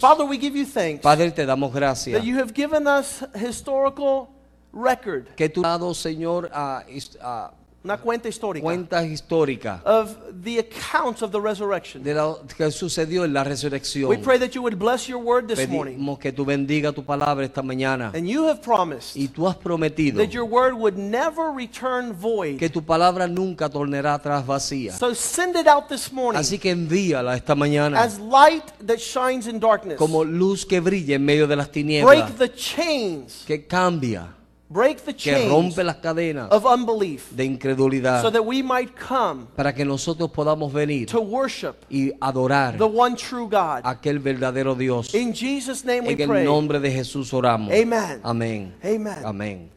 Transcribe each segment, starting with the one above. Father, we give you thanks Padre, te damos gracias that you have given us historical record, que tú has dado, Señor, a, his- a una cuenta histórica, cuentas históricas of the accounts of the resurrection. de lo que sucedió en la We resurrección. pray that you would bless your word this morning. Pedimos que tú bendiga tu palabra esta mañana. And you have promised Y tú has prometido that your word would never return void. que tu palabra nunca tornará atrás vacía. So send it out this morning Así que envíala esta mañana as light that shines in darkness. como luz que brilla en medio de las tinieblas, Break the chains, que cambia, break the que chains rompe las cadenas of unbelief de so incredulidad that we might come para que nosotros podamos venir to worship y adorar the one true a God. aquel verdadero Dios. In Jesus' name we En pray. el nombre de Jesús oramos. Amen. Amén. Amen. Amén.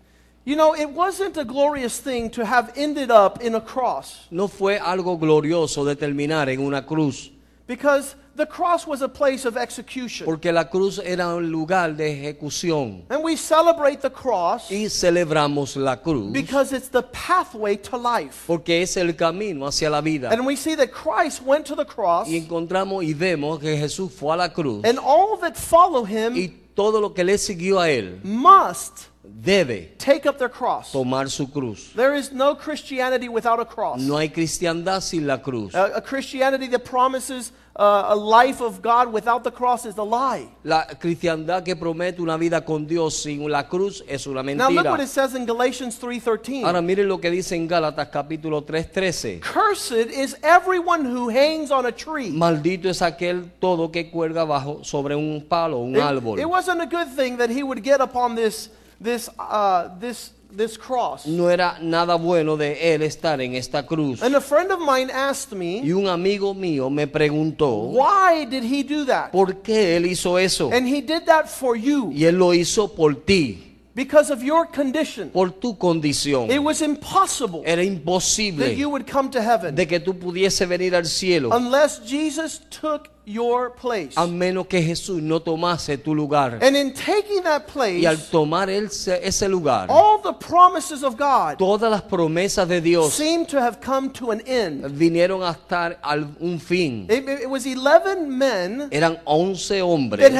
You know, it wasn't a glorious thing to have ended up in a cross No fue algo glorioso de terminar en una cruz, because the cross was a place of execution. porque la cruz era un lugar de ejecución. And we celebrate the cross Y celebramos la cruz because it's the pathway to life. porque es el camino hacia la vida. And we see that Christ went to the cross Y encontramos y vemos que Jesús fue a la cruz and all that follow y him todo lo que le siguió a él must debe take up their cross. tomar su cruz. There is no Christianity without a cross. No hay cristiandad sin la cruz. A, a Christianity that promises uh, a life of God without the cross is a lie. La cristiandad que promete una vida con Dios sin la cruz es una Now look what mentira. it says in Galatians 3:13. Ahora miren lo que dice en Gálatas capítulo 3:13. Cursed is everyone who hangs on a tree. Maldito es aquel todo que cuelga bajo sobre un palo, un It, árbol. it wasn't a good thing that he would get upon this this uh, this this cross. No era nada bueno de él estar en esta cruz. And a friend of mine asked me, Y un amigo mío me preguntó, why did he do that? ¿por qué él hizo eso? And he did that for you Y él lo hizo por ti, because of your condition. por tu condición. It was impossible Era that imposible you would come to heaven de que tú pudiese venir al cielo unless Jesus took your place. a menos que Jesús no tomase tu lugar. And in taking that Y al place, tomar él se- ese lugar, all the promises of God todas las promesas de Dios seem to have come to an end. vinieron a estar al un fin. It, it was 11 men Eran 11 that had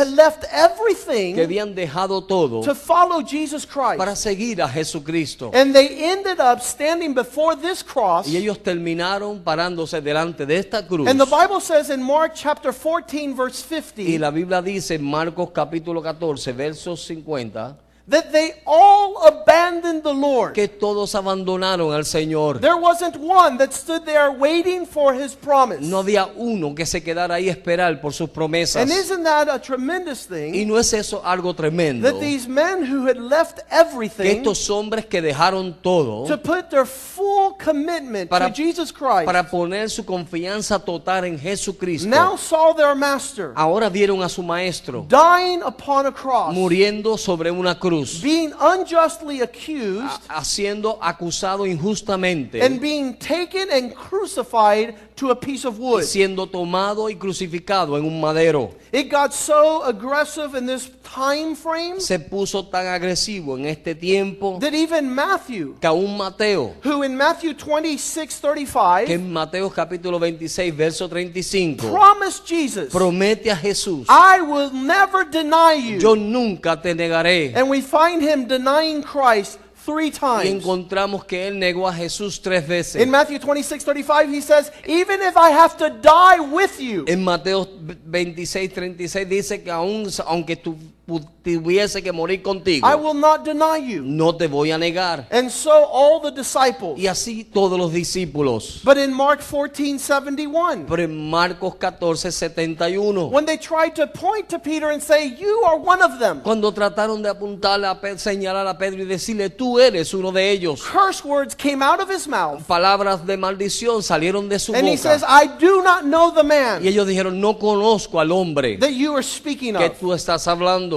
hombres left que everything habían dejado todo to follow Jesus para Christ. seguir a Jesucristo. And they ended up standing before this cross. Y ellos terminaron parándose delante de esta cruz. And the Bible says in Mark chapter 14, verse Y 50, la Biblia dice en Marcos capítulo 14, versos 50, that they all abandoned the Lord. que todos abandonaron al Señor. There wasn't one that stood there waiting for his promise. No había uno que se quedara ahí a esperar por sus promesas. And isn't that a tremendous Y thing? no es eso algo tremendo. That these men who had left Que everything estos hombres que dejaron todo to put their full commitment to Para- Jesus Christ para poner su confianza total en Jesucristo, now saw their master ahora vieron a su maestro dying upon a cross, muriendo sobre una cruz, being unjustly accused, a- siendo acusado and injustamente, being taken and crucified to a piece of wood. siendo tomado y crucificado en un madero. It got so aggressive in this time frame Se puso tan agresivo en este tiempo that even Matthew, que aún Mateo, who in Matthew 26 que 35 en Mateo capítulo 26, verso 35, promised Jesus, promete a Jesús, I will never deny you. yo nunca te negaré. And we find him denying Christ three Y times. encontramos que él negó a Jesús tres veces. In Matthew 26, 35, he says, Even if I have to die with you, En Mateo 26, 36 dice que aún, aunque tú pu- tuviese que morir contigo, I will not deny you. no te voy a negar. And so all the disciples. Y así todos los discípulos. But in Mark 14, 71, Pero en Marcos 14, 71, when they tried to point to Peter and say, You are one of them, cuando trataron de apuntarle, a Pe- señalar a Pedro y decirle, tú eres uno de ellos. curse words came out of his mouth. Palabras de maldición salieron de su And he says, boca. I do not know the Y man ellos dijeron, no conozco al hombre that you are speaking que of. tú estás hablando.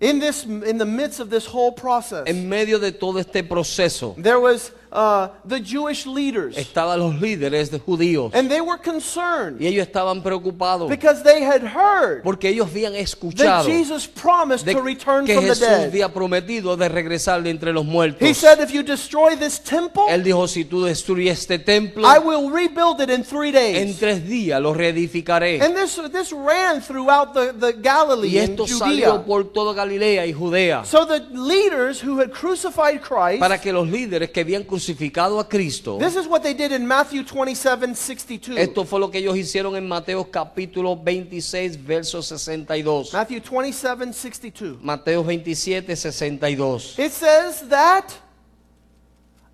In, this, in the midst of this whole process, En medio de todo este proceso, there was uh, uh, the Jewish leaders. estaban los líderes de judíos And they were concerned y ellos estaban preocupados because they had heard porque ellos habían that escuchado Jesus promised de to return que from the Jesús dead. había prometido de regresar de entre los muertos. He said, If you destroy this temple, Él dijo, si tú destruyes este templo, I will rebuild it in three en days. tres días lo reedificaré. And this, this ran throughout the, the Y Galilee and esto salió Judea. por toda Galilea y Judea So the leaders who had crucified para Christ, que los líderes que habían crucificado a Cristo, this is what they did in Matthew 27 62. esto fue lo que ellos hicieron en Mateo capítulo 26, verso 62. Matthew 27 62. Mateo 27, 62. It says that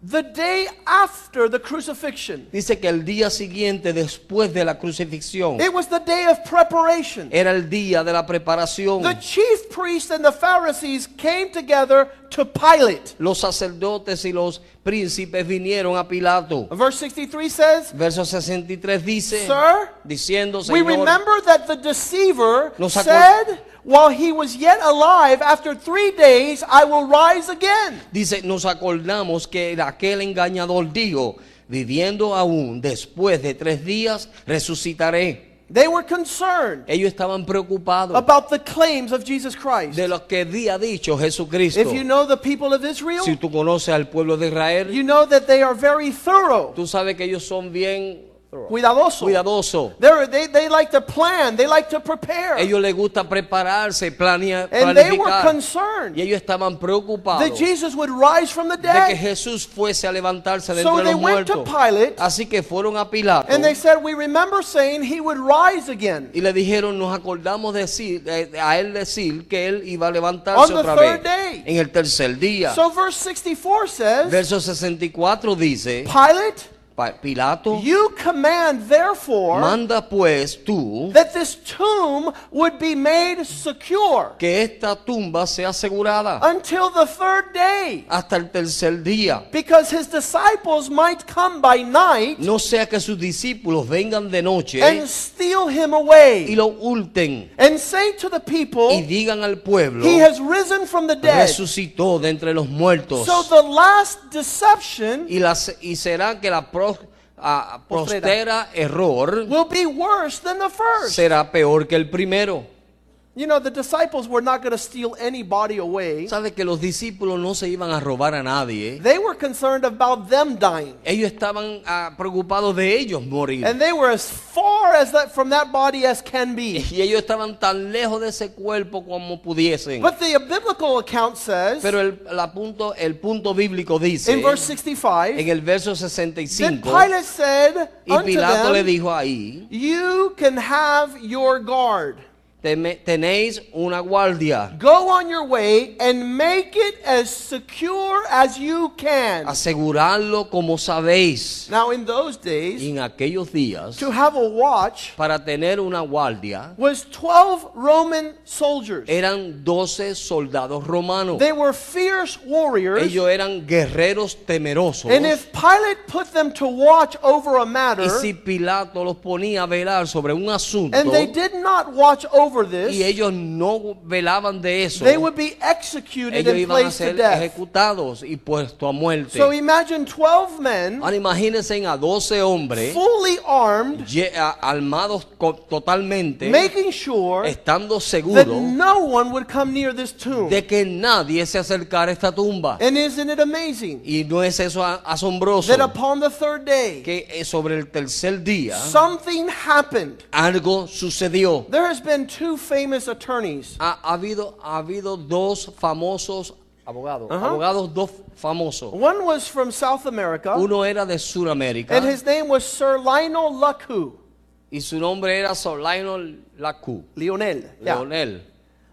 the day after the crucifixion, Dice que el día siguiente después de la crucifixión it was the day of preparation. era el día de la preparación. The chief priests and the Pharisees came together to Pilate. Los sacerdotes y los príncipes vinieron a Pilato. Verse 63 says, Verso 63 dice, Sir, diciendo, we Señor, remember that the deceiver Nos acor- said, while he was yet alive, after three days I will rise again. dice, nos acordamos que aquel engañador dijo, viviendo aún después de tres días, resucitaré. They were concerned Ellos estaban preocupados about the claims of Jesus Christ. de lo que había dicho Jesucristo. If you know the people of Israel, Si tú conoces al pueblo de Israel, you know that they are very thorough, tú sabes que ellos son bien cuidadoso. cuidadosos. They're, they, they like to plan, they like to prepare. Ellos les gusta prepararse, planear, and they were planificar. concerned Y ellos estaban preocupados that Jesus would rise from the de que dead. Jesús fuese a levantarse de So entre they los went to muertos. Pilate. Así que fueron a Pilato And they said, We remember saying he would rise again y le dijeron, nos acordamos decir, eh, a él decir que él iba a levantarse on the otra third vez day. en el tercer día. So verse 64 says, Verso 64 dice, Pilate, Pa- Pilato, you command therefore manda pues tú that this tomb would be made secure que esta tumba sea asegurada until the third day, hasta el tercer día. because his disciples might come by night No sea que sus discípulos vengan de noche and steal him y away lo hurten. and say to the y people, digan al pueblo, He has risen from the dead. resucitó de entre los muertos. So the last deception y, las- y será que la pro- ah, Postrera. postera error will be worse than the first. será peor que el primero. You know, the disciples were not going to steal anybody away. Sabe que los discípulos no se iban a robar a nadie. eh? They were concerned about them dying. Ellos estaban ah, preocupados de ellos morir. And they were as far as that from that body as can be. Y ellos estaban tan lejos de ese cuerpo como pudiesen. But the biblical account says Pero el, la punto, el punto bíblico dice, in verse en 65, el verso then 65, Pilate said y unto Pilato le them, dijo ahí, You can have your guard. "Teme- tenéis una guardia. Go on your way and make it as secure as you can. asegurarlo como sabéis. Now, in those days, Y en aquellos días, to have a watch para tener una guardia, was 12 Roman soldiers. eran 12 soldados romanos. They were fierce warriors. Ellos eran guerreros temerosos. And if Pilate put them to watch over a Y matter, si Pilato los ponía a velar sobre un asunto and they did not watch over y this, ellos no velaban de eso, they would be executed ellos and iban a placed to ser death. ejecutados y puestos a muerte. So imagine 12 men Ahora imagínense a 12 hombres fully armed, ye- a- armados co- totalmente, making sure estando that seguros no one would come near this tomb. de que nadie se acercara a esta tumba. And isn't it amazing Y no es eso a- asombroso that upon the third day, que eh, sobre el tercer día something happened? algo sucedió. There has been two famous attorneys. Ha, ha habido, ha habido dos famosos abogados, Ajá. abogados dos famosos. One was from South America, Uno era de and Sudamérica his name was Sir Lionel Lucu. y su nombre era Sir Lionel Lacu. Lionel. Yeah. Leonel.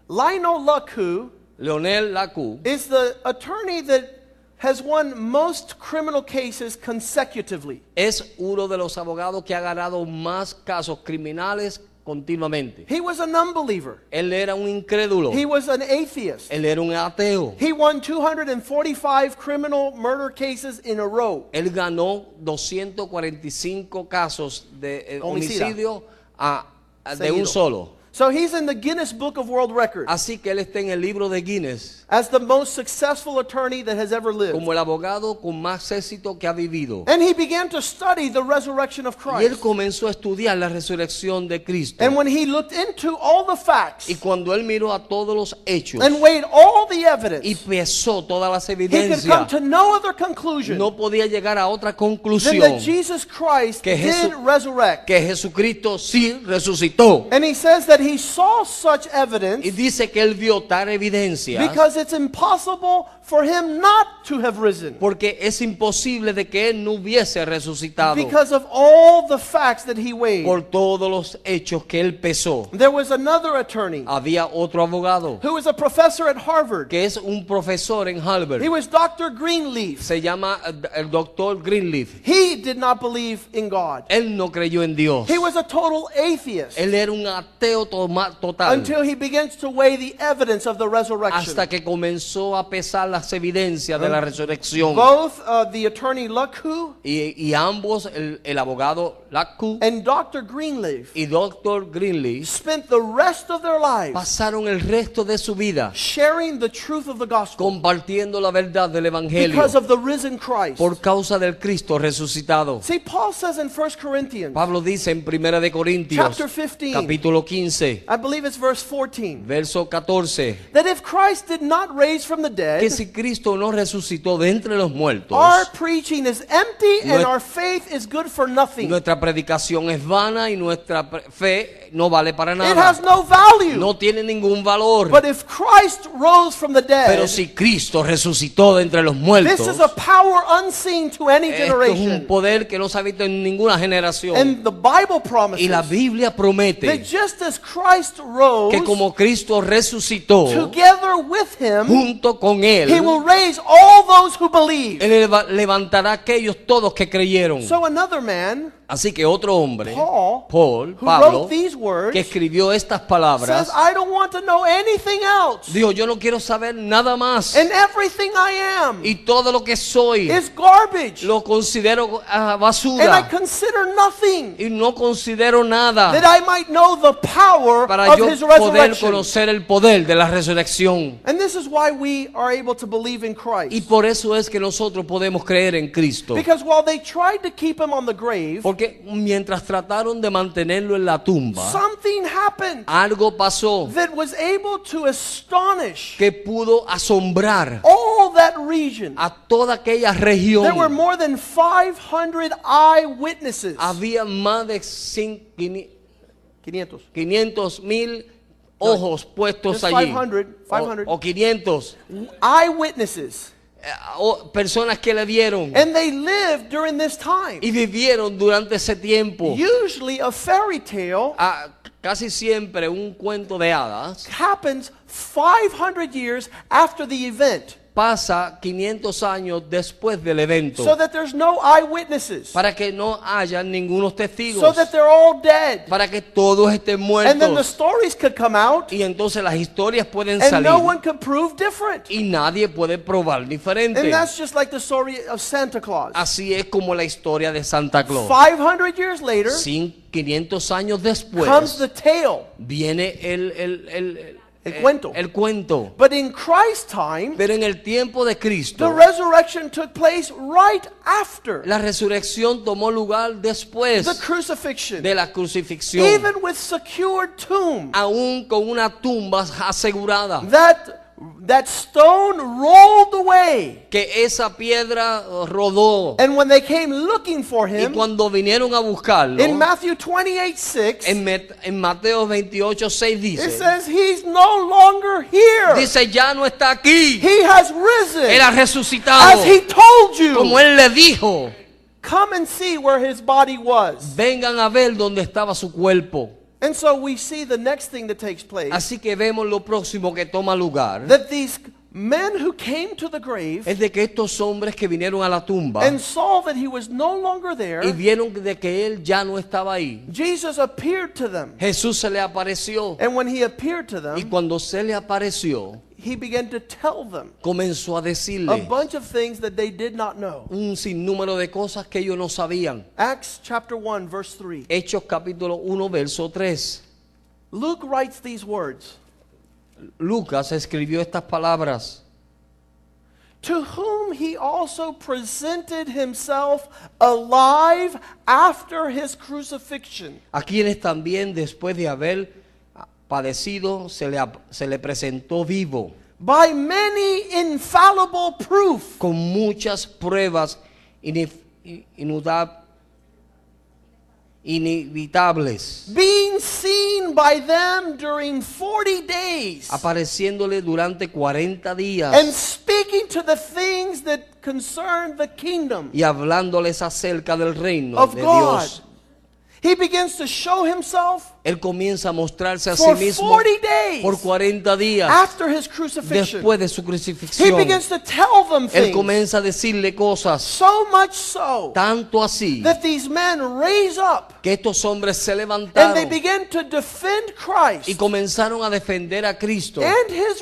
Lionel Lucu Leonel Lacu is the attorney that has won most criminal cases consecutively. es uno de los abogados que ha ganado más casos criminales continuamente. He was an unbeliever. Él era un incrédulo. He was an atheist. Él era un ateo. He won 245 criminal murder cases in a row. Él ganó 245 casos de eh, Homicida. homicidio a- a- de Seguido. un solo. So he's in the Guinness Book of World Records Así que él está en el libro de Guinness as the most successful attorney that has ever lived. como el abogado con más éxito que ha vivido. And he began to study the resurrection of Y él Christ. comenzó a estudiar la resurrección de Cristo. And when he looked into all the facts Y cuando él miró a todos los hechos and weighed all the y evidence, pesó todas las he could come evidencias, to no other conclusion no podía llegar a otra than conclusión that Jesus Christ Que Jesu- did resurrect. que Jesucristo sí resucitó. And he says that he saw such Y evidence dice que él vio tal evidencia because it's impossible for him not to have risen porque es imposible de que él no hubiese resucitado because of all the facts that he weighed. por todos los hechos que él pesó. There was another attorney Había otro abogado who was a professor at Harvard. que es un profesor en He Harvard. was Dr. Greenleaf. Se llama eh, el doctor Greenleaf. He did not believe in God. Él no creyó en Dios. He was a total atheist Él era un ateo toma- total until he begins to weigh the evidence of the resurrection. hasta que comenzó a pesar las evidencias de la resurrección. Both uh, the attorney Luckhu Y, y ambos, el, el abogado Lacu and Dr. Greenleaf y doctor Greenleaf, spent the rest of their lives pasaron el resto de su vida sharing the truth of the gospel compartiendo la verdad del Evangelio because of the risen Christ. por causa del Cristo resucitado. See, Paul says in 1 Corinthians, Pablo dice en Primera de Corintios, Chapter 15. capítulo 15, I believe it's verse 14, verso 14, that if Christ did not raise from the que dead, si Cristo no resucitó de entre los muertos, our preaching is empty and Nue- our faith is good for nothing. It nuestra predicación es vana y nuestra pre- fe no vale para nada. has no value. No tiene ningún valor. But if Christ rose from the Pero dead, si Cristo resucitó de entre los this muertos, is a power unseen to any esto es un generation. poder que no se ha visto en ninguna generación. And the Bible Y la promises Biblia promete that just as Christ rose, que como Cristo resucitó together with him, junto con he Él, will raise all those who believe. Él leva- levantará a aquellos todos que creyeron. So another man, Así que otro hombre, Paul, Eh. Paul, who Pablo, wrote these words, que escribió estas says, palabras, I don't want to know anything else. dijo, yo no quiero saber nada más. And everything I am Y todo lo que soy is garbage. lo considero ah, And I basura. consider nothing Y no considero that nada I might know the power para of yo his poder resurrection. conocer el poder de la resurrección. And this is why we are able to believe in Y Christ. por eso es que nosotros podemos creer en Cristo. Because while they tried to keep him on the grave, Porque mientras trataron de mantenerlo en la tumba, something happened algo pasó. that was able to astonish que pudo asombrar all that region. a toda aquella There were región. more than 500 eyewitnesses. Había más de cin- quini- 500. 500 mil ojos puestos just allí. 500, 500. O, o 500 Eyewitnesses. eh, o personas que le vieron And they lived during this time. y vivieron durante ese tiempo. Usually a fairy tale Ah, casi siempre un cuento de hadas happens 500 years after the event pasa 500 años después del evento so that there's no eyewitnesses, para que no haya ningunos so testigos, that they're all dead. para que todos estén And then the muertos. stories could come out Y entonces las historias pueden and no salir one could prove different. y nadie puede probar diferente. And that's just like the story of Santa Claus. Así es como la historia de Santa Claus. 500 years later Cin- 500 años comes después the tale. viene el, el- el- el- El cuento. el cuento. But in Christ's time, Pero en el tiempo de the Cristo, resurrection took place right after la resurrección tomó lugar the después crucifixion, de la crucifixión, even with secured tomb. aún con una tumba asegurada. That that stone rolled away. Que esa piedra rodó. And when they came looking for Y him, cuando vinieron a buscarlo, in Matthew 28 6, en, Met- en Mateo 28, 6 it dice, says he's no longer here. Dice, ya no está aquí. He has risen Era resucitado. as he told Como you. él le dijo, Come and see where his body was. vengan a ver dónde estaba su cuerpo. And so we see the next thing that takes place Así que vemos lo próximo que toma lugar. that these men who came to the grave Es de que estos hombres que vinieron a la tumba and saw that he was no longer y there, vieron de que él ya no estaba ahí. Jesus appeared to them. Jesús se le apareció. And when he appeared to Y them, cuando se le apareció, he began to tell them comenzó a a decirle bunch of things that they did not know. un sinnúmero de cosas que ellos no sabían. Acts chapter 1, verse 3. Hechos capítulo 1, verso 3. Luke writes these words Lucas escribió estas palabras. To whom he also presented himself alive after his crucifixion. a quienes también después de haber padecido se le, ap- se le presentó vivo, by many infallible proof con muchas pruebas inef- i- inuda- inevitables, being seen by them during 40 days apareciéndole durante 40 and días speaking to the things that concern the kingdom y hablándoles acerca del reino of de God. Dios. He begins to show himself Él comienza a mostrarse a sí For mismo 40 days. por 40 días after his crucifixion. después de su He crucifixión. begins to tell them Él things comienza a decirle cosas so much so tanto así that these men raise up que estos hombres se and they levantaron begin to defend y Christ comenzaron a defender a Cristo and his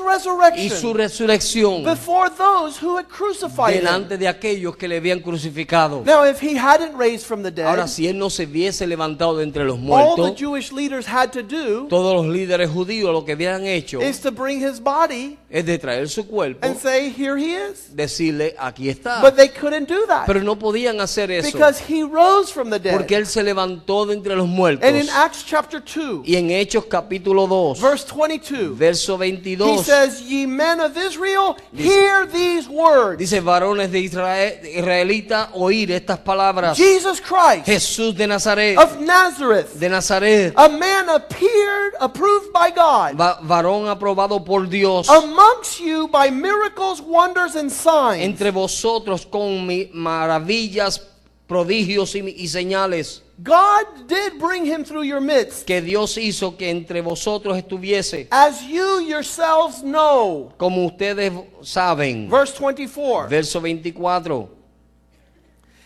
y resurrection su resurrección before those who had crucified him. delante de aquellos que le habían crucificado. Now, if he hadn't raised from the Ahora, dead, si él no se hubiese levantado de entre los all the muertos, Jewish leaders had to do todos los líderes judíos lo que hubieran hecho is to bring his body es de traer su cuerpo, and say, Here he is. decirle, aquí está. But they couldn't do that Ah. Pero no podían hacer eso because he rose from the porque dead. él se levantó de entre los muertos. And in Acts chapter 2, Y en Hechos capítulo 2, verse 22, verso he 22, says, Ye men of Israel, hear these words dice, varones de Israel, israelita, oír estas palabras. Jesus Christ Jesús de Nazaret, of Nazareth, de Nazaret, a man appeared, approved by God, va- varón aprobado por Dios amongst you by miracles, wonders, and signs. entre vosotros con mi- maravillas, prodigios y, mi- y señales God did bring him through your midst, que Dios hizo que entre vosotros estuviese, as you yourselves know. como ustedes saben. Verse 24. Verso 24.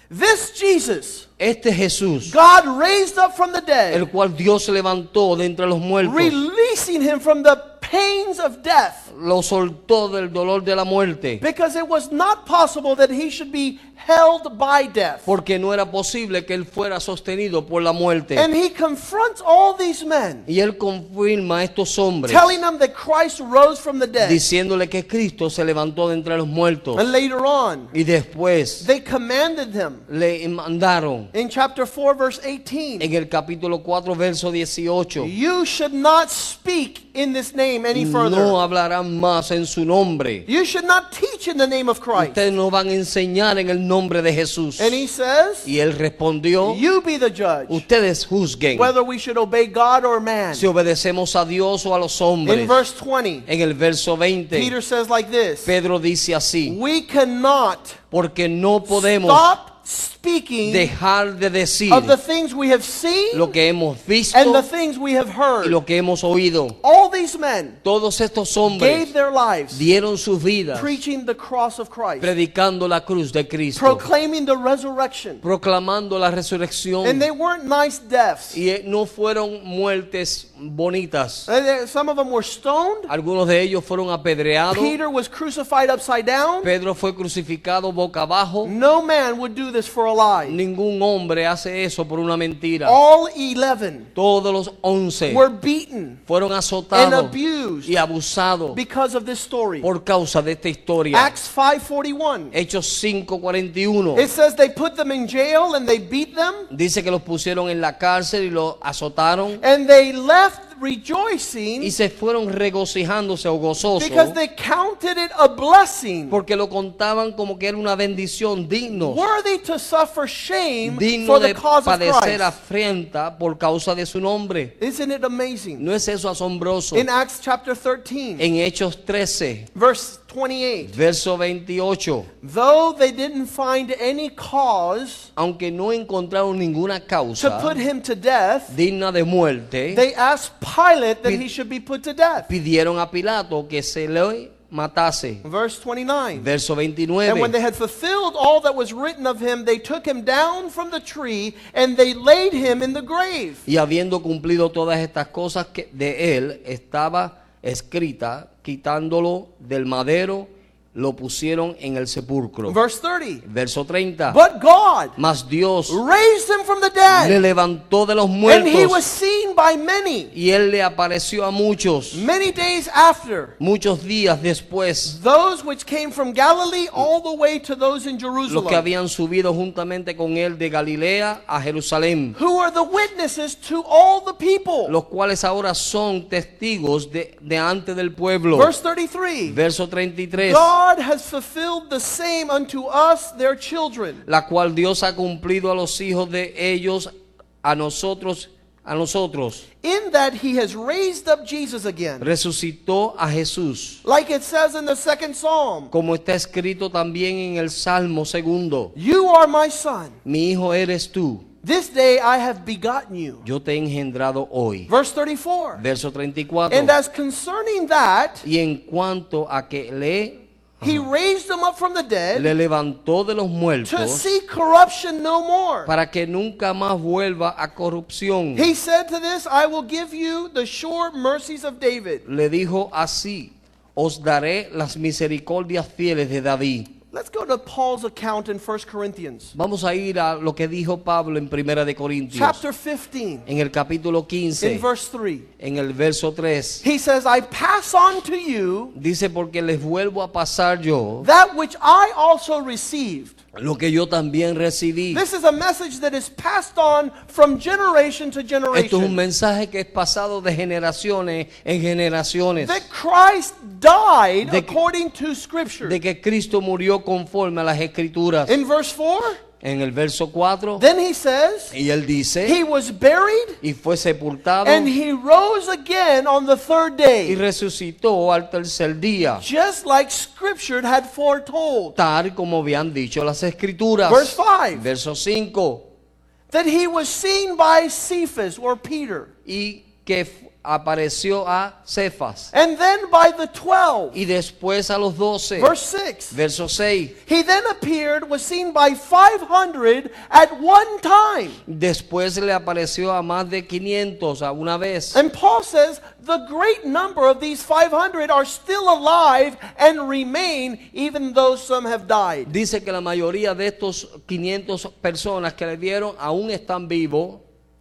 This Jesus, Este Jesús, God raised up from the el dead, cual Dios levantó de entre los muertos, releasing him from the pains of death, lo soltó del dolor de la muerte, because it was not possible that he should be held by death. porque no era posible que él fuera sostenido por la muerte. And he confronts all these men, Y él confirma a estos hombres. telling them that Christ rose from the dead. diciéndole que Cristo se levantó de entre los muertos. And later on, Y después they commanded them le mandaron in chapter 4, verse 18. en el capítulo 4, verso 18, You should not speak in this name any further. no hablarán más en su nombre. You should not teach in the name of Christ. Ustedes no van a enseñar en el nombre de Jesús. And he says, Y él respondió, You be the judge ustedes juzguen whether we should obey God or man. si obedecemos a Dios o a los In hombres. verse 20, En el verso 20, Peter says like this Pedro dice así, We cannot porque no podemos stop speaking dejar de decir of the things we have seen lo que hemos and the visto things we have y heard. lo que hemos oído. All these men Todos estos hombres gave their lives dieron sus vidas preaching the cross of Christ, predicando la cruz de Cristo, proclaiming the resurrection. proclamando la resurrección. And they weren't nice deaths. Y eh, no fueron muertes bonitas. Uh, there- Some of them were stoned. Algunos de ellos fueron apedreados. Peter was crucified upside down. Pedro fue crucificado boca abajo. No man would do this for a lie. Ningún hombre hace eso por una mentira. All 11 Todos los once Oh. were beaten fueron and azotados abused y abusados because of this story. por causa de esta historia. Acts 5:41. Hechos 5:41 It says they put them in jail and they beat them dice que los pusieron en la cárcel y los azotaron. and they left y rejoicing se fueron regocijándose o gozosos because they counted it a blessing, porque lo contaban como que era una bendición digno worthy to suffer shame digno for the de cause of padecer Christ. afrenta por causa de su nombre Isn't it amazing? no es eso asombroso In Acts chapter 13, en Hechos 13 verse 28, verso 28 though they didn't find any cause aunque no encontraron ninguna to causa put him to death, digna de muerte they asked Pilate that he should be put to death. pidieron a Pilato que se le matase Verse 29. verso And when they 29 had fulfilled all that was written of him, they took him down from the tree and they laid him in the grave. Y habiendo cumplido todas estas cosas que de él estaba escrita, quitándolo del madero, lo pusieron en el sepulcro. Verse 30. Verso 30. But God Mas Dios raised him from the le dead, levantó de los and he was muertos seen by many. y él le apareció a muchos, Many days after, muchos días después, those which came from Galilee all the way to those in los que Jerusalem, habían subido juntamente con él de Galilea a Jerusalén, who are the witnesses to all the people. los cuales ahora son testigos de, de ante del pueblo. Verse 33. Verso 33. God has fulfilled the same unto us, their children. la cual Dios ha cumplido a los hijos de ellos, a nosotros, a nosotros. In that he has raised up Jesus again. Resucitó a Jesús, Like it says in the second psalm, como está escrito también en el Salmo segundo. You are my son. Mi hijo eres tú, This day I have begotten you. yo te he engendrado hoy. Verse 34. Verso 34. And as concerning that, Y en cuanto a que le, he raised them up from the dead le levantó de los to muertos, see corruption no more. para que nunca más vuelva a corrupción, He said to this, I will give you the sure mercies of David. le dijo así, os daré las misericordias fieles de David. Let's go to Paul's account in 1 Corinthians, Vamos a ir a lo que dijo Pablo en Primera de Corintios, chapter 15, en el capítulo in 15, verse 3. en el verso 3. He says, I pass on to you Dice, porque les vuelvo a pasar yo that which I also received. lo que yo también recibí. This is a message that is passed on from generation to Esto es un generation. mensaje que es pasado de generaciones en generaciones, That Christ died De- according to Scripture. de que Cristo murió conforme a las escrituras. In verse 4, En el verso 4, then he says, y él dice, He was buried y fue sepultado and he rose again on the third y day, resucitó al tercer día, just like Scripture had foretold. tal como habían dicho las escrituras. Verse five. Verso 5. That he was seen by Cephas or Peter, y que f- apareció a Cefas and then by the twelve. y después a los doce. Verse 6. Verso 6. He then appeared, was seen by 500 at one time. Después le apareció a más de 500 a una vez. And Paul says the great number of these 500 are still alive and remain, even though some have died. Dice que la mayoría de estos 500 personas que le vieron aún están vivos.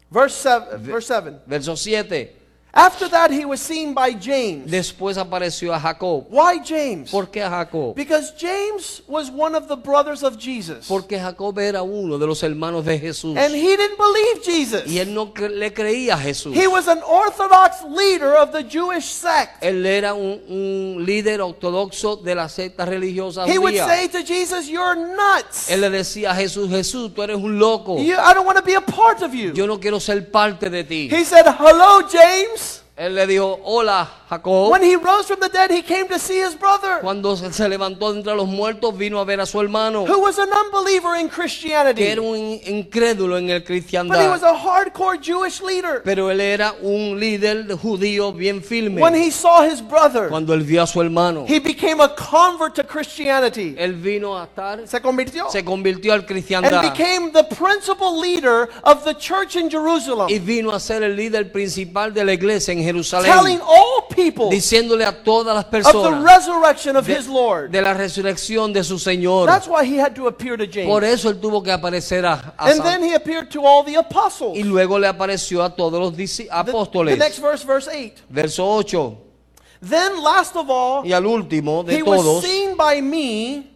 Verse 7. Verse 7. Verso 7. After that, he was seen by James. Después apareció a Jacob. Why James? ¿Por qué a Jacob? Because James was one of the brothers of Jesus. Porque Jacob era uno de los hermanos de Jesús. And he didn't believe Jesus. Y él no cre- le creía a Jesús. He was an orthodox leader of the Jewish sect. Él era un, un líder ortodoxo de la secta religiosa He would judía. say to Jesus, You're nuts. Él le decía a Jesús, Jesús, tú eres un loco. You, I don't want to be a part of you. Yo no quiero ser parte de ti. He said, Hello, James. Él le dijo, hola, Jacob. When he rose from the dead, he came to see his brother, Cuando se se levantó de entre los muertos, vino a ver a su hermano, who was an unbeliever in Christianity. que era un incrédulo en el But he was cristiandad. a hardcore Jewish leader. Pero él era un líder judío bien When firme. he saw his brother, Cuando él vio a su hermano, he became a convert to Christianity. él vino a estar, Se convirtió. Eh, se convirtió al And cristiandad became the principal leader of the church in y Jerusalem, vino a ser el líder principal de la iglesia en telling Jerusalén, all people of diciéndole a todas las the personas resurrection of de- his Lord. de la resurrección de su Señor. That's why he had to appear to Por James. eso él tuvo que aparecer a, a And San- then he appeared to all the apostles. y luego le apareció a todos los The- disci- The next apóstoles. verse, verse 8. Verso 8. Then, last of all, Y al último de he was todos, seen by me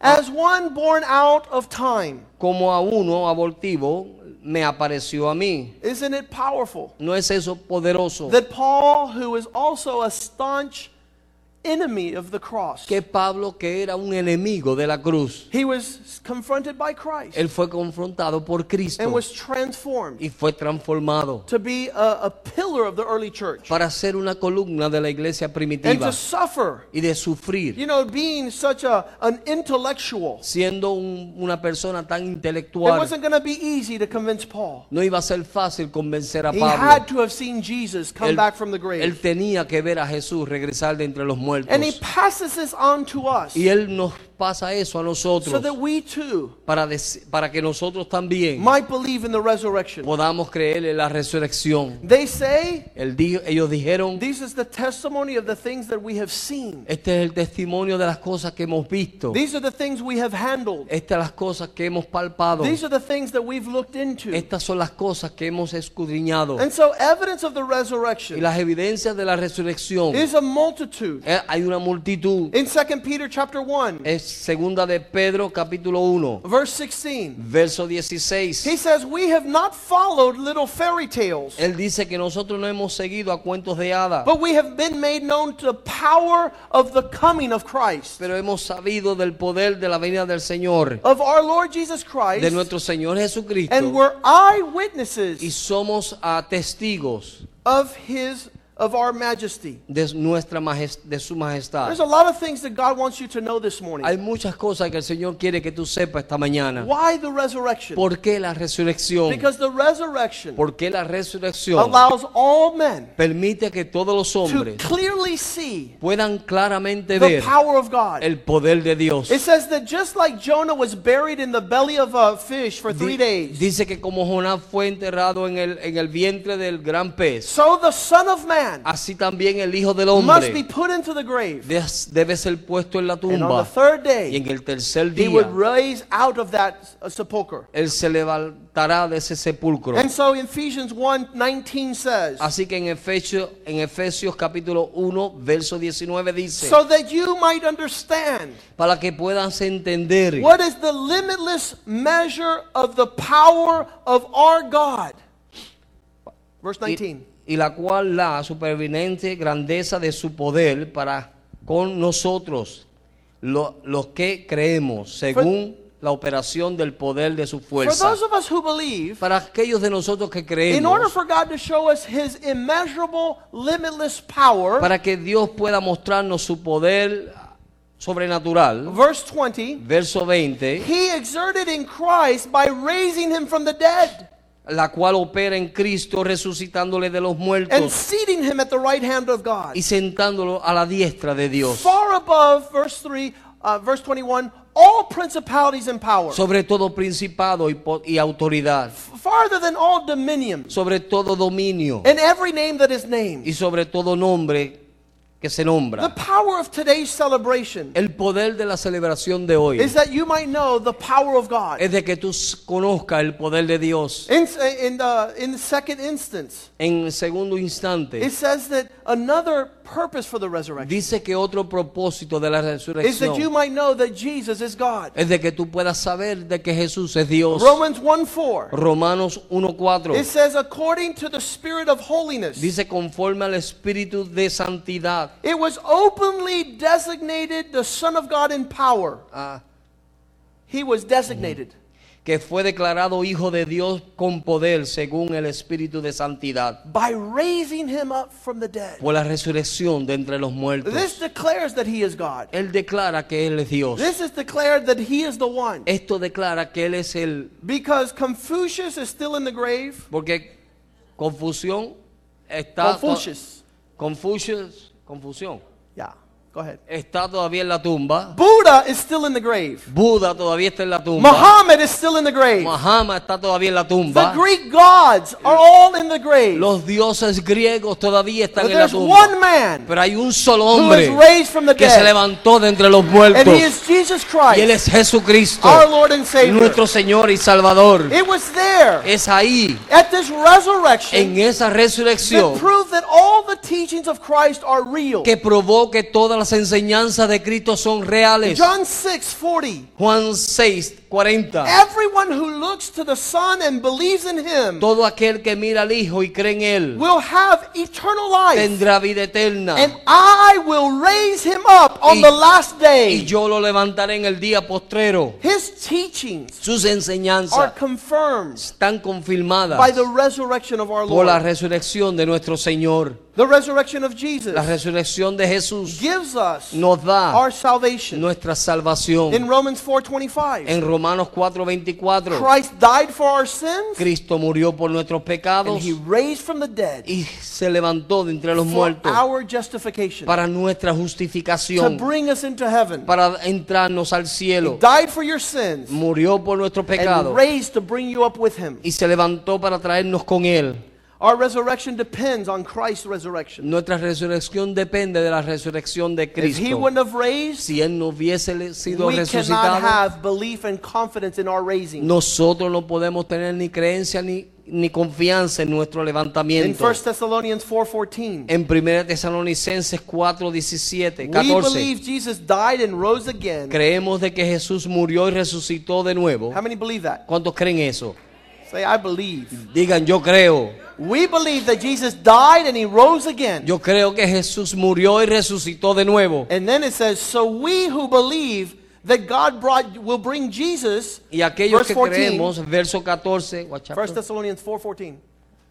as one born out of time. como a uno abortivo, me apareció a mí. Isn't it powerful ¿No es eso poderoso? that Paul, who is also a staunch enemy of the cross, Que Pablo, que era un enemigo de la cruz, he was confronted by Christ él fue confrontado por and Cristo was transformed y fue transformado to be a, a pillar of the early church para ser una columna de la iglesia and to primitiva suffer. y de sufrir, You know, being such a, an intellectual, siendo un- una persona tan it intelectual. wasn't going to be easy to convince Paul. No iba a ser fácil convencer a He Pablo. had to have seen Jesus come Él, back from the él grave. tenía que ver a Jesús regresar de entre los muertos. And he passes this on to us. Y él nos pasa eso so a nosotros that we too para, dec- para que nosotros también might believe in the resurrection. podamos creer en la resurrección. They say, Él di- ellos dijeron, This is the testimony of the things that we have seen, este es el testimonio de las cosas que hemos visto, these are the things we have handled, estas son las cosas que hemos palpado, these are the things that we've looked into. estas son las cosas que hemos escudriñado. And so, evidence of the Y resurrection las evidencias de la resurrección, is a multitude. Eh, hay una multitud. In 2 Peter chapter 1, Es segunda de Pedro capítulo 1, verse 16, verso 16. he says, We have not followed little fairy tales. Él dice que nosotros no hemos seguido a cuentos de hadas, But we have been made known to the power of the coming of Christ, pero hemos sabido del poder de la venida del Señor, of our Lord Jesus Christ, de nuestro Señor and Jesucristo, we're y eyewitnesses somos ah, testigos of his of our majesty. de nuestra majes- de su There's majestad. a lot of things that God wants you to know this morning. Hay muchas cosas que el Señor quiere que tú sepas esta mañana. Why the resurrection? ¿Por qué la resurrección? Because the resurrection ¿Por qué la resurrección allows all men permite que todos los to hombres clearly see puedan the claramente ver power of God. el poder de Dios? It says that just like Jonah was buried in the belly of a fish for Di- three days, Dice que como Jonás fue enterrado en el, en el vientre del gran pez, so the Son of Man así también el Hijo del must be Hombre put into the grave. des- debe ser puesto en la And on the tumba. third Y en day, el tercer he would día, rise out of that uh, sepulcher. Él se levantará de ese sepulcro. And so Ephesians 1 19 says, Así que en Efesios, en Efesios capítulo 1, verso 19 dice, so that you might understand para que puedas entender what is the limitless measure of the power of our God. Verse y, 19. y la cual la supervinente grandeza de su poder para con nosotros, lo- los que creemos, según la operación del poder de su For fuerza. those of us who believe, Para aquellos de nosotros que in order creemos, for God to show us his immeasurable, limitless power, para que Dios pueda mostrarnos su poder sobrenatural, verse 20, verso 20, he exerted in Christ by raising him from the dead la cual opera en Cristo resucitándole de los and muertos seating him at the right hand of God. y sentándolo a la diestra de Dios. far above verse 3 uh, verse 21 all principalities and power Sobre todo principado y, po- y autoridad, farther than all dominions sobre todo dominio and every name that is named y sobre todo nombre que se the nombra. power of today's celebration El poder de la celebración de hoy is that you might know the power of god es de que tú s- conozcas el poder de Dios. in, in, the, in the second instance En el segundo instante, it says that another purpose for the resurrection dice que otro propósito de la is that you resurrección might know that jesus is god es de que tú puedas saber de que Jesús es Dios. romans 1 4 Romanos it 1.4 says according to the spirit of holiness dice conforme al espíritu de santidad. It was openly designated the Son of God in power. ah, He was designated. que fue declarado hijo de Dios con poder según el Espíritu de Santidad By raising him up from the dead. por la resurrección de entre los muertos. This declares that he is God. Él declara que Él es Dios. This is declared that he is the one. Esto declara que Él es el... Because Confucius is still in the grave. Porque confusión está... Confucius. Confucius- Confusión. Yeah, go ahead. Está todavía en la tumba. Buddha is still in the grave. Buda todavía está en la tumba. Muhammad is still in the grave. Mahama está todavía en la The tumba. Greek gods are all in the grave. Los dioses griegos todavía But están en la there's tumba. one man Pero hay un solo who is hombre raised from the que se dead. levantó de entre los And muertos. he is Jesus Y Él Christ, es Jesucristo, our Lord and Savior. nuestro Señor y Salvador. It was there Es ahí, at this resurrection en esa that resurrección, proved that all the teachings of Christ are real. que probó que todas las enseñanzas de Cristo son reales. John 6 40. Juan 6, 40. Everyone who looks to the Son and believes in him Todo aquel que mira al Hijo y cree en Él will have eternal life, tendrá vida eterna. and I will raise him up on Y- the last Y day. yo lo levantaré en el día postrero. His teachings Sus are enseñanzas confirmed están confirmadas by the resurrection of our por la Lord. resurrección de nuestro Señor. The resurrection of La Jesus resurrección de Jesús gives us nos da our salvation. nuestra salvación. In Romans 4 25. En Romanos 4:24. Christ died for our sins, Cristo murió por nuestros and pecados he raised from the dead y se levantó de entre los for muertos our justification, para nuestra to justificación, bring us into heaven. para entrarnos al cielo. He died for your sins, Murió por nuestros and pecados raised to bring you up with him. y se levantó para traernos con él. Our resurrection depends on Christ's resurrection. Nuestra resurrección depende de la resurrección de If he Cristo. wouldn't have raised, Si él no hubiese le- sido we cannot resucitado, have belief and confidence in our raising. nosotros no podemos tener ni creencia ni, ni confianza en nuestro In levantamiento. 1 Thessalonians 4:14, En 1 Tesalonicenses 4, 17, we 14. believe Jesus died and rose again. Creemos de que Jesús murió y resucitó de nuevo. How many believe that? ¿Cuántos creen eso? Say, I believe. Digan, yo creo. We believe that Jesus died and he rose again. Yo creo que Jesús murió y resucitó de nuevo. And then it says, so we who believe that God brought will bring Jesus. Y aquellos Verse que 14. creemos, verso 14, what chapter? 1 Thessalonians 4:14.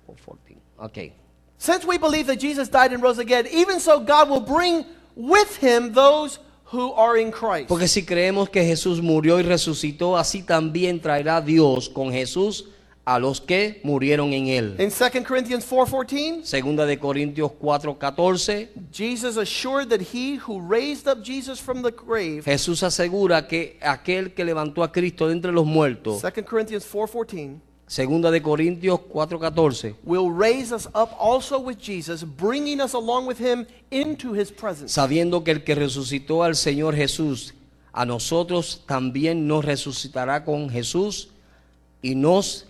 Oh, 14. Okay. Since we believe that Jesus died and rose again, even so God will bring with him those who are in Christ. Porque si creemos que Jesús murió y resucitó, así también traerá Dios con Jesús a los que murieron en él. In 2 Corinthians 4:14, Segunda de Corintios 4, 14. Jesus assured that he who raised up Jesus from the grave, Jesús asegura que aquel que levantó a Cristo de entre los muertos, 2 Corinthians 4:14, segunda de Corintios 4:14, will raise us up also with Jesus, bringing us along with him into his presence. sabiendo que el que resucitó al Señor Jesús, a nosotros también nos resucitará con Jesús y nos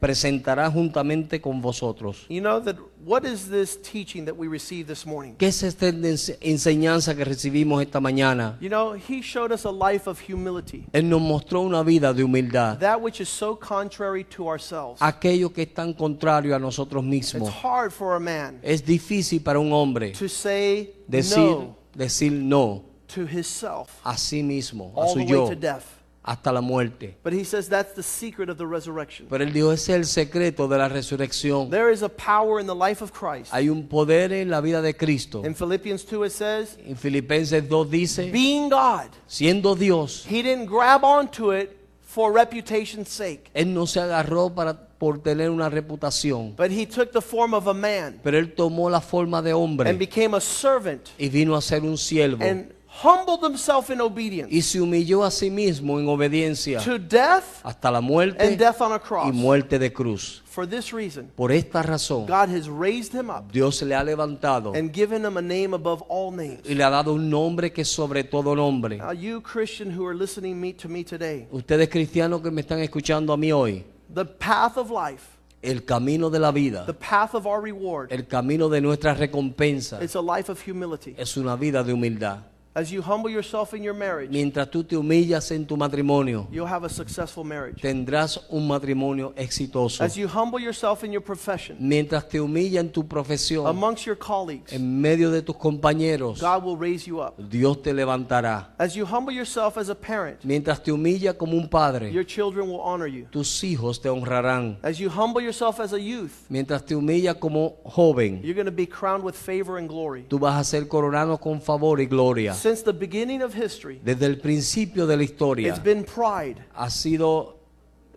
presentará juntamente con vosotros. You know that what is this teaching that we received this morning? ¿Qué es esta ense- enseñanza que recibimos esta mañana? You know, he showed us a life of humility, Él nos mostró una vida de humildad, that which is so contrary to ourselves. aquello que es tan contrario a nosotros It's mismos. hard for a man Es difícil para un hombre to say decir, no decir no to himself a sí mismo, a all su the way yo, to death. hasta la muerte. But he says that's the secret of the resurrection. Pero él dijo, ese es el secreto de la resurrección. There is a power in the life of Christ. Hay un poder en la vida de Cristo. In Philippians 2, it says, En Filipenses 2 dice, being God, siendo Dios, he didn't grab onto it for reputation's sake, Él no se agarró para, por tener una reputación, but he took the form of a man pero Él tomó la forma de and hombre became a servant y vino a ser un siervo and humbled himself in obedience y se humilló a sí mismo en obediencia to death hasta la and muerte death on a y cross. muerte de cruz. For this reason, Por esta razón, God has raised him up Dios le ha levantado and given him a name above all names. y le ha dado un nombre que es sobre todo nombre. Now, you Christian who are listening me to me today, Ustedes cristianos que me están escuchando a mí hoy, the path of life, el camino de la vida, the path of our reward, el camino de nuestra recompensa it's a life of humility. es una vida de humildad. As you humble yourself in your marriage, Mientras tú te humillas en tu matrimonio, you'll have a successful marriage. tendrás un matrimonio exitoso. As you humble yourself in your profession, Mientras te humillas en tu profesión, amongst your colleagues, en medio de tus compañeros, God will raise you up. Dios te levantará. As you humble yourself as a parent, Mientras te humillas como un padre, your children will honor you. tus hijos te honrarán. As you humble yourself as a youth, Mientras te humillas como joven, you're going to be crowned with favor and glory. tú vas a ser coronado con favor y gloria. Since the beginning of history, Desde el principio de la it's historia been pride ha sido,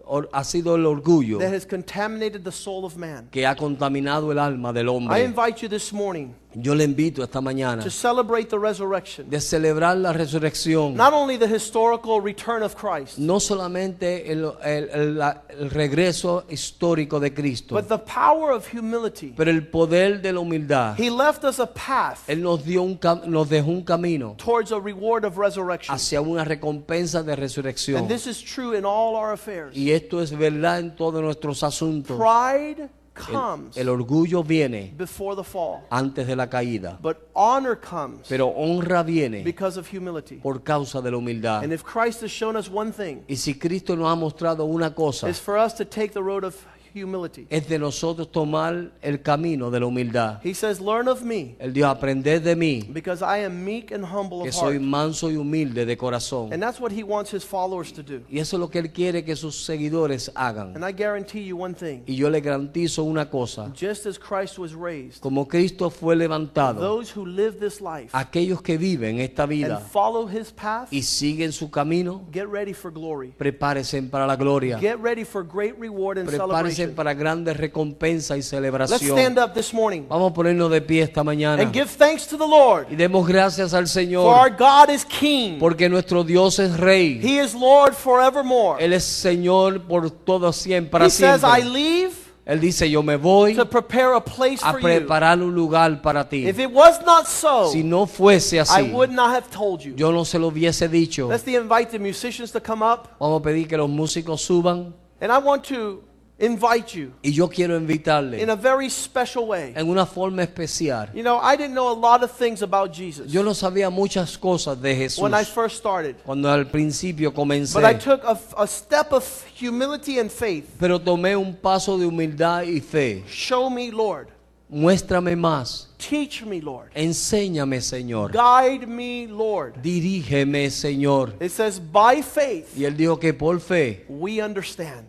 or- ha sido el orgullo that has contaminated the soul of man. que ha contaminado el alma del I hombre. invite you this morning Yo le invito esta mañana to celebrate the resurrection. de celebrar la resurrección, Not only the historical return of Christ, no solamente el, el- el- la- el regreso histórico de Cristo, but the power of humility. pero el poder de la humildad. He left us a path Él nos, dio un cam- nos dejó un camino towards a reward of resurrection. hacia una recompensa de resurrección. And this is true in all our affairs. Y esto es verdad en todos nuestros asuntos. Pride El- comes el orgullo viene before the fall, antes de la caída, but honor comes pero honra viene because of humility. por causa de la humildad. And if Christ has shown us one thing, Y si Cristo nos ha mostrado una cosa, it's for us to take the road of humility. es de nosotros tomar el camino de la humildad. He says, Learn of me, El Dios, aprended de mí, because I am meek and humble que of soy heart. manso y humilde de And corazón. that's what he wants his followers to do. Y eso es lo que Él quiere que sus seguidores hagan. And I guarantee you one thing Y yo le garantizo una cosa, just as Christ was raised, como Cristo fue levantado, those who live this life aquellos que viven esta and vida follow his path, y siguen su camino, get ready for glory. prepárense para la gloria, Get ready for great reward and prepárense celebration. para grandes recompensas y Let's stand celebración. up this morning Vamos a ponernos de pie esta mañana and give thanks to the Lord. y demos gracias For our al Señor God is king. porque nuestro Dios es Rey, He is Lord forevermore. Él es Señor por todo siempre, para He says, I siempre. leave Él dice, yo me voy to prepare a place a for you. preparar un lugar para ti. If it was not Si so, no fuese I así, would not have told you. yo no se lo hubiese dicho. Let's the- invite the musicians to come up. Vamos a pedir que los músicos suban And I want to invite you y yo quiero in invitarle a very special way. en una forma especial. You know, I didn't know a lot of things about Jesus Yo no sabía muchas cosas de Jesús when I first started. cuando al principio comencé, But I took a, a step of humility and faith. pero tomé un paso de humildad y fe. Show me, Lord. Muéstrame más, Teach me, Lord. enséñame Señor, Guide me, Lord. dirígeme Señor. It says, by faith, Y él dijo que por fe we understand.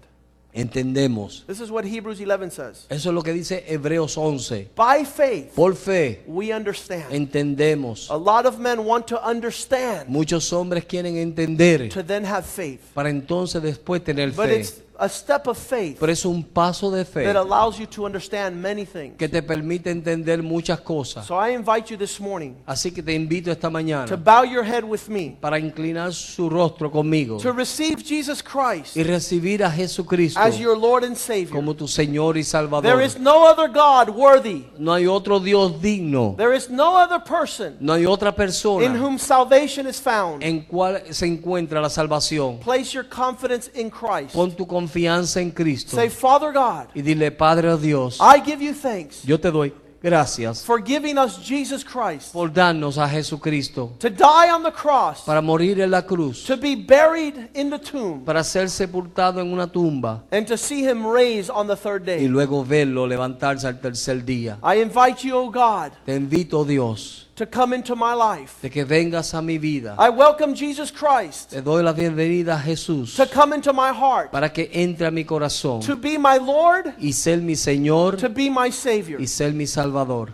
entendemos. This is what Hebrews 11 says. Eso es lo que dice Hebreos 11. By faith, Por fe we understand. entendemos. A lot of men want to understand Muchos hombres quieren entender to then have faith. para entonces después tener But fe. it's a step of faith Pero es un paso de fe that allows you to understand many things. que te permite entender muchas cosas. So I invite you this morning Así que te invito esta to mañana bow your head with me, para inclinar su rostro conmigo to receive Jesus Christ y recibir a Jesucristo as your Lord and Savior. como tu Señor y There Salvador. is no other God worthy. No hay otro Dios digno. There is no other person No hay otra in persona whom salvation is found. en cual se encuentra la salvación. Place your confidence in Christ. Pon tu confianza en Cristo Say, Ah. Father God, y dile, Padre Dios, I give you thanks. yo te doy gracias for giving us Jesus Christ por darnos a Jesucristo to die on the cross, para morir en la cruz, to be buried in the tomb, para ser sepultado en una tumba and to see him raised on the third y day. luego verlo levantarse al tercer día. I invite you, O God, Te invito, Dios, to come into my life. de que vengas a mi vida. I welcome Jesus Christ Te doy la bienvenida a Jesús to come into my heart, para que entre a mi corazón to be my Lord, y ser mi to Señor be my Savior. y ser mi Salvador.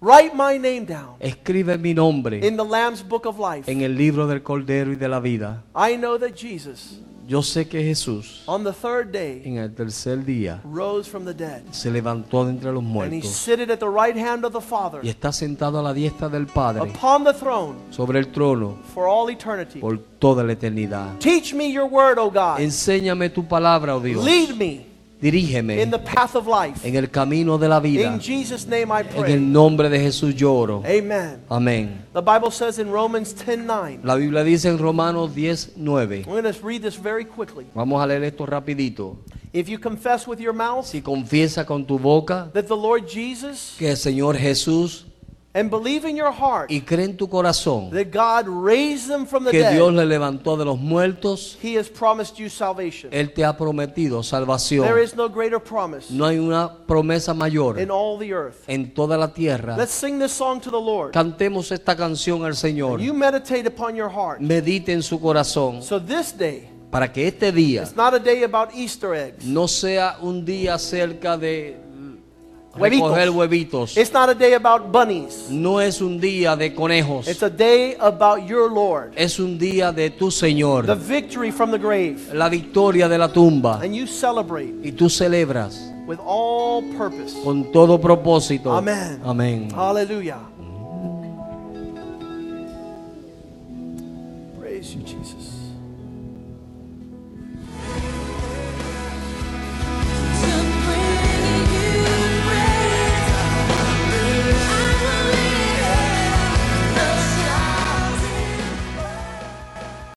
Write my name down Escribe mi nombre in the Lamb's Book of Life. en el libro del Cordero y de la vida. I know that Jesus, Yo sé que Jesús on the third day, en el tercer día rose from the dead, se levantó de entre los and he muertos seated at the right hand of the Father y está sentado a la diestra del Padre upon the throne sobre el trono for all eternity. por toda la eternidad. Teach me your word, O God. Enséñame tu palabra, oh Dios. Lead me Dirígeme in the path of life. en el camino de la vida. In Jesus' name I En el pray. nombre de Jesús lloro. Amen. Amén. The Bible says in Romans 10 9. La Biblia dice en Romanos 10, 9. I'm going to read this very quickly. Vamos a leer esto rapidito. If you confess with your mouth Si confiesa con tu boca that the Lord Jesus que el Señor Jesús and believe in your heart y cree en tu corazón that God raised them from the que Dios dead, le levantó de los muertos, He has promised you salvation. Él te ha prometido salvación. There is no greater promise No hay una promesa mayor in all the earth. en toda la tierra. Let's sing this song to the Lord. Cantemos esta canción al Señor. You meditate upon your heart. Medite en su corazón So this day, para que este día it's not a day about Easter eggs. no sea un día cerca de Huevitos. recoger huevitos. It's not a day about bunnies. No es un día de conejos. It's a day about your Lord. Es un día de tu The Señor. victory from the grave. La victoria de la tumba. And you celebrate Y tú celebras with all purpose. con todo propósito. Amén. Amén. Hallelujah. Mm-hmm. Praise you, Jesus.